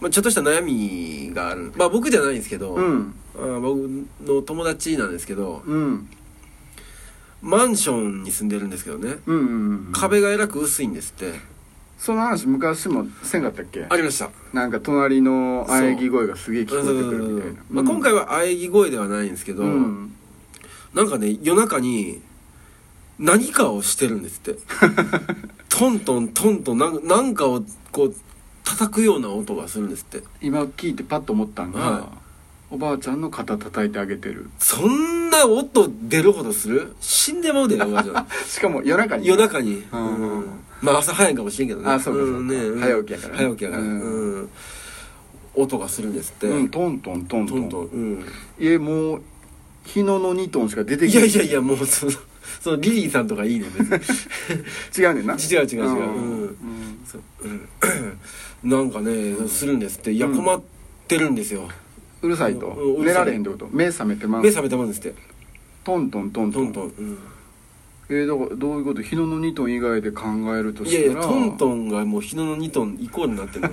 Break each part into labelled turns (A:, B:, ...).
A: まあ、ちょっとした悩みがある、まあ、僕じゃないんですけど、
B: うん
A: あー僕の友達なんですけど
B: うん
A: マンションに住んでるんですけどね
B: うんうん
A: 壁がえらく薄いんですって
B: その話昔もせんかったっけ
A: ありました
B: なんか隣の喘ぎ声がすげえ聞こえてくるみたいな、
A: まあ、今回は喘ぎ声ではないんですけど、
B: うん
A: なんかね夜中に何かをしてるんです ってトントントントンなんなんかをこう叩くような音がするんですって
B: 今聞いてパッと思ったんが、
A: は
B: おばあちゃんの肩叩いてあげてる
A: そんな音出るほどする死んでまうでよおばあちゃん
B: しかも夜中に
A: 夜中に、
B: うん
A: まあ朝早いんかもしれんけどね
B: あそうかそうか
A: んねん
B: 早起きやからね
A: 早起きやから、
B: うん
A: うん音がするんですって、
B: うんトントントント
A: ト
B: ン
A: ントン、うん
B: えもう日野の2トンしか出て
A: い
B: き
A: や
B: ない
A: いやいやもうそ のそのリリーさんとかいいね 別に
B: 違うねんな
A: 違う違う違ううん
B: ん
A: そううんなんかねするんですっていや
B: うん
A: 困ってるんですよ、
B: うるさいと
A: うんう
B: 寝
A: るさ
B: ら
A: い
B: れへんってこと目覚めてま
A: 目
B: す
A: 覚めたもんですって
B: トントントント
A: ト
B: ン
A: ントン、
B: えー、だからどういうこと日野の2トン以外で考える
A: う
B: と
A: ん、
B: し
A: い
B: た
A: や
B: ら
A: いやトントンがもう日野の2トンイコールになってるの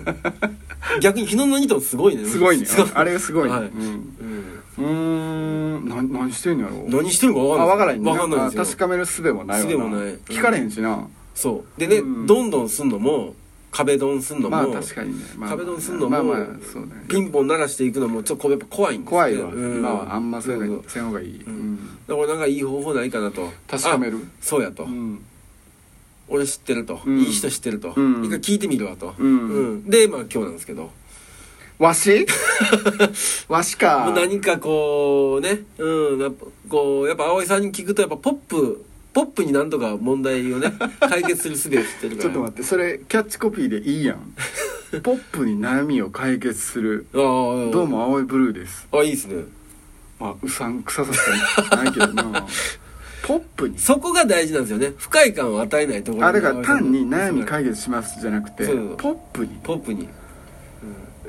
A: 逆に日野の2トンすごいね
B: すごいねあ
A: れ、
B: れすごいね、
A: はい
B: うん
A: うん、
B: うーんな何してんのやろ
A: 何してるか分
B: あ分
A: か
B: か
A: な
B: ららへ
A: い
B: ん
A: 分かんないんですよ
B: あ確かめる術もないわ
A: 術もないうん
B: 聞かれへんしな
A: そうでね、
B: うん
A: どんどんすんのも壁ドンすんのも、
B: まあ確かにね、まあ、
A: 壁ドンすんのも
B: まあまあそうだね
A: ピンポン鳴らしていくのもちょっとこうやっぱ怖いんです
B: 怖いわ、
A: うん
B: 今はあんまそういう
A: そ
B: の
A: う
B: せん方がいい、
A: う
B: うんん
A: だからなんかいい方法ないかなと
B: 確かめる
A: あそうやと、
B: うん
A: 俺知ってると、
B: うん
A: いい人知ってると、
B: うん
A: 一回聞いてみるわと、
B: うん
A: んでまあ今日なんですけど
B: わしわし
A: も
B: か
A: う何かこうねうんやっぱこうやっぱ葵さんに聞くとやっぱポップポップになんとか問題をね解決する術を知ってるから
B: ちょっと待ってそれキャッチコピーでいい やんポップに悩みを解決する
A: ああ
B: どうも青いブルーです
A: あいいですね
B: まあうさんくささしかないけど なポップに
A: そこが大事なんですよね不快感を与えないところ
B: あだから単に
A: 葵さ
B: 悩
A: んの
B: み解決しますじゃなくて
A: そうそう
B: ポップに
A: ポップに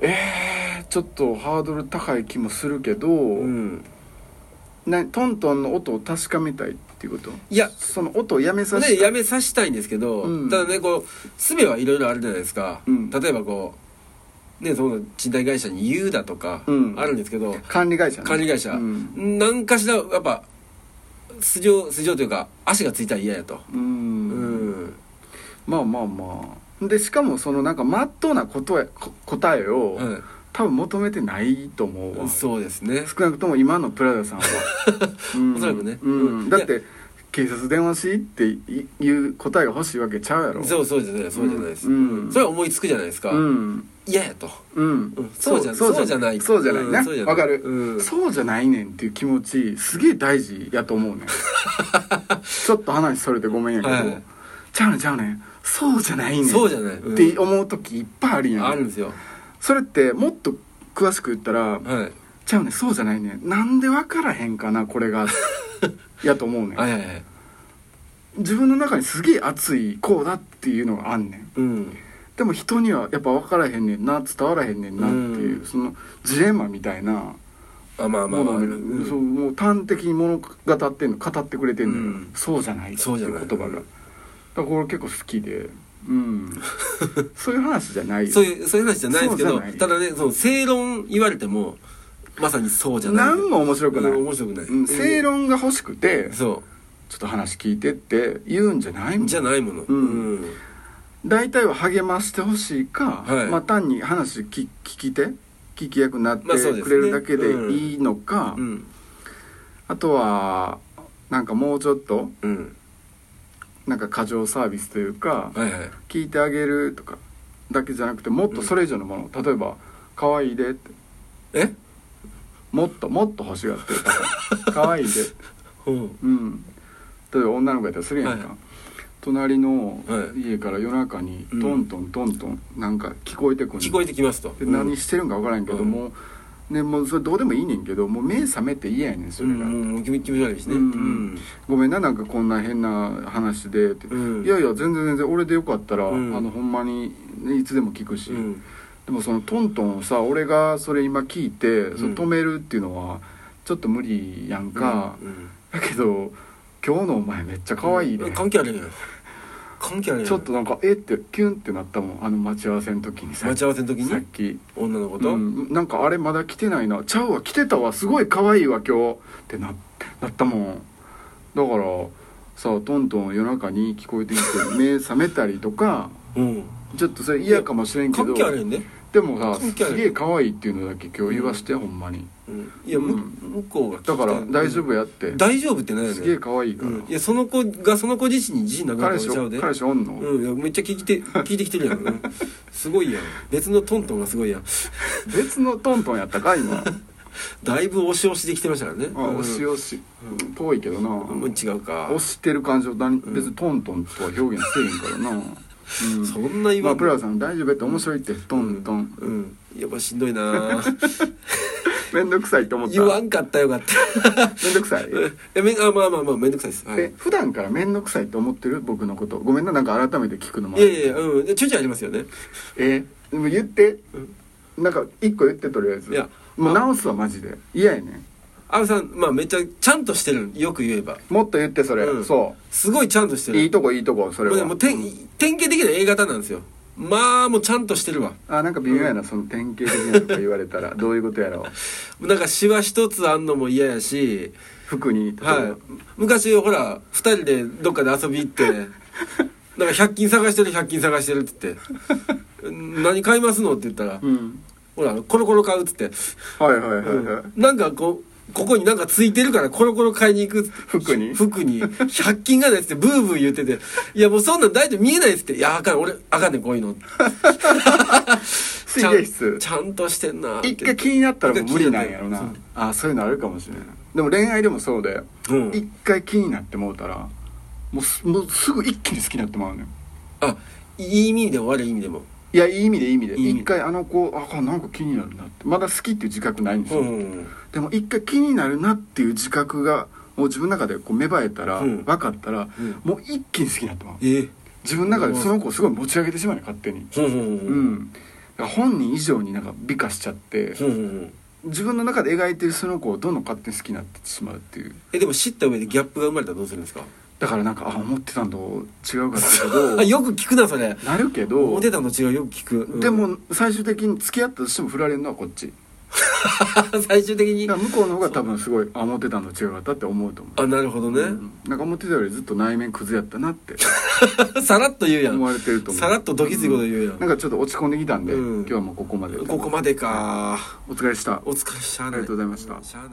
B: えー、ちょっとハードル高い気もするけど、
A: うん
B: なトントンの音を確かめたいっていうこと
A: いや
B: その音をやめさせ
A: ね、
B: て、
A: やめさせたいんですけど、
B: うん
A: ただねこう術はいろいろあるじゃないですか、
B: うん
A: 例えばこうねその賃貸会社に言うだとか
B: うん
A: あるんですけど、
B: 管理会社ね
A: 管理会社、
B: うん、
A: なんかしらやっぱ素性素性というか足がついたら嫌やとう
B: う
A: んん
B: まあまあまあでしかもそのなんかまっとうなことやこ答えを、
A: はい
B: 多分求めてないと思うわ少
A: そうですね
B: なくとも今のプラダ さんは、うん
A: おそらくね
B: うん
A: うん
B: だって警察電話しっていう答えが欲しいわけちゃうやろ
A: そうそうじゃないそうじゃないです、
B: うんうん
A: それは思いつくじゃないですか、
B: うん
A: 嫌やと
B: うん
A: うんそうじゃそうじゃない
B: そうじゃない
A: うん
B: な
A: そうじゃない
B: わかる、
A: うん
B: そうじゃないねんっていう気持ちすげえ大事やと思う ねんちょっと話それてごめんやけど、
A: はい
B: ちゃうねんちゃうねんそうじゃないねん
A: そうじゃない、うん
B: って思う時いっぱいあるやん、
A: あるんですよ
B: それってもっと詳しく言ったら
A: はい
B: ちゃうねんそうじゃないねんなんで分からへんかなこ れがやと思うね
A: はい
B: ん
A: はいはい
B: 自分の中にすげえ熱いこうだっていうのがあんねん
A: うん
B: でも人にはやっぱ分からへんねんな伝わらへんねんなっていう、
A: うん
B: そのジレンマみたいな
A: あまあまあまあ、
B: もの
A: うん
B: そうもう端的に物語ってんの語ってくれてんのよ、
A: うん
B: そうじゃないって
A: そう
B: い
A: じゃ
B: う
A: ない
B: 言葉がだからこれ結構好きでうん そういう話じゃないよ
A: そういう、そういう話じゃないですけ
B: そう
A: ど
B: じゃな、い
A: ただね、その正論言われても、まさにそうじゃない。
B: 何も面白くない、
A: うん面白くない。
B: うん正論が欲しくて、
A: うん
B: ちょ
A: そ
B: っと話聞いてって言うんじゃないも
A: う。
B: ん
A: じゃないもの。
B: うん大体は励ましてほしいか、
A: はい
B: まあ、単に話聞聞き手聞き役になって
A: まあそうですね
B: くれるだけでいいのか、
A: うん。
B: あとはなんかもうちょっと
A: うん。
B: なんか過剰サービスというか
A: はいはい。
B: 聞いてあげるとかだけじゃなくてもっとそれ以上のもの、例えば「可愛いで」って
A: え
B: もっともっと欲し がってるとか「可愛いで」
A: うん。
B: うん例えば女の子やったらするやんか、
A: はい
B: 隣の
A: はい
B: 家から夜中に
A: うん
B: トントントントンなんか聞こえてくる
A: 聞こえてきますと。
B: で
A: うん
B: 何してるんか分からんけど、
A: うん
B: もうねもうそれどうでもいいねんけどもう目覚めて嫌やねんそれ
A: う
B: が、
A: ん、うんもう気持気持ち悪いですね。
B: うんごめんななんかこんな変な話でって、
A: うん
B: いやいや全然全然俺でよかったら、
A: うん
B: あのほんまにねいつでも聞くし、
A: うん
B: でもそのトントンをさ俺がそれ今聞いてそれ止めるっていうのはちょっと無理やんか、
A: うんうん
B: だけど今日のお前めっちゃ可愛いね、
A: うん関係あるやん。関係あるやん
B: ちょっとなんかえってキュンってなったもんあの待ち合わせの時にさ
A: 待ち合わせの時
B: さっ
A: に
B: き
A: 女の子と、
B: うん、なんかあれまだ来てないなちゃうわ来てたわすごい可愛いわ今日ってななったもんだからさあトントン夜中に聞こえてきて目覚めたりとか
A: うん、
B: ちょっとそれ嫌かもしれんけ
A: 関係ある
B: ど
A: やんね、
B: でもさ
A: 関係ある
B: すげえ可愛いっていうのだけ今日言わして、ほんまに
A: うん、いや、む
B: うん
A: 向こうが聞きた
B: だ
A: い
B: から大丈夫やって、
A: 大丈夫ってなんやねん
B: すげえ可愛いから、
A: うん、いやその子がその子自身に自信なくなっ
B: 彼
A: て
B: 氏
A: ちゃうで
B: 彼氏おんの、
A: うんいやめっちゃ聞いて聞いてきてるやん、うんすごいやん別のトントンがすごいやん
B: 別のトントンやったか今
A: だいぶ押し押しできてましたからね
B: あ押し押し遠いけどな、
A: うんうん違うか
B: 押してる感情何別にトントンとは表現せえへんからな、うん
A: そんな言
B: ま
A: わ
B: あ
A: ん
B: プラザさん大丈夫やって面白いってトントン
A: うんやっぱしんどいな
B: 面倒くさいって思った
A: 言わ
B: 面
A: んかったらよかった
B: 倒くさい
A: えめあまあまあまあめんどくさいです、はい、
B: え普段から面倒くさいって思ってる僕のことごめんななんか改めて聞くのもあ
A: いや
B: る
A: いやいやうんちょいちょいありますよね
B: えでも言ってなんか一個言ってとりあえず
A: いや
B: もう直すわマジで嫌やねん
A: 阿部さんまあめっちゃちゃんとしてるよく言えば
B: もっと言ってそれ、
A: うん
B: そ
A: すごいちゃんとして
B: う
A: る
B: いいとこいいとこそれ
A: もう
B: は
A: もうてん典型的な A 型なんですよまあもうちゃんとしてるわ
B: あなんか微妙やなその典型的なとか言われた らどういうことやろう
A: なんかシワ一つあんのも嫌やし、
B: 服に例えば
A: はい、昔ほら2人でどっかで遊び行って なんか100均探してる100均探してるって言って「何買いますの?」って言ったら
B: うん
A: 「ほらコロコロ買う」っつって、
B: はいはいはいはい、
A: なんかこうここになんかついてるからコロコロ買いに行くっつって
B: 服に
A: 服に100均がないっつってブーブー言ってて「いやもうそんなん大丈夫見えない」っつって「いやあかん俺あかんねんこういうの」
B: 神経質
A: ちゃんちゃんとしてんなって
B: 一回気になったらもう無理なんやろ
A: そ
B: な
A: う
B: あそういうのあるかもしれないでも恋愛でもそうだよ
A: うん
B: 一回気になってもうたらもうすもうすぐ一気に好きになってまうのよ
A: あいい意味でも悪い意味でも
B: いやいい意味でいい意味で
A: いい意味
B: 一回あの子あこれなんか気になるなってまだ好きっていう自覚ないんですよ、
A: うん
B: でも一回気になるなっていう自覚がもう自分の中でこう芽生えたら、
A: うん
B: 分かったら、
A: うん
B: もう一気に好きになってまう
A: ええ
B: 自分の中でその子をすごい持ち上げてしまうね勝手に
A: ほんほん
B: う
A: ほ
B: ん、
A: んうん
B: だから本人以上になんか美化しちゃって
A: ほんほんほん
B: 自分の中で描いてるその子をどんどん勝手に好きになってしまうっていう
A: えでも知った上でギャップが生まれたらどうするんですか
B: だからなんかあ思ってたんと違うかったけ
A: あ
B: ど
A: よく聞くなそれ
B: なるけ
A: モ
B: ど
A: テたのと違うよく聞く、うん
B: でも最終的に付き合ったとしても振られるのはこっち
A: 最終的に
B: だから向こうの方が多分すごいあ思ってたのと違うかったって思うと思う
A: あなるほどね、
B: うんなんか思ってたよりずっと内面クズやったなって
A: さらっと言うや
B: 思わ
A: ん
B: れてると思う
A: さらっとドキついこと言うやん、
B: なんかちょっと落ち込んできたんで、
A: うん
B: 今日はもうここまで
A: ここまでか
B: お疲れでした
A: お疲れしゃあ
B: あり
A: ない
B: がとうございました
A: しゃあない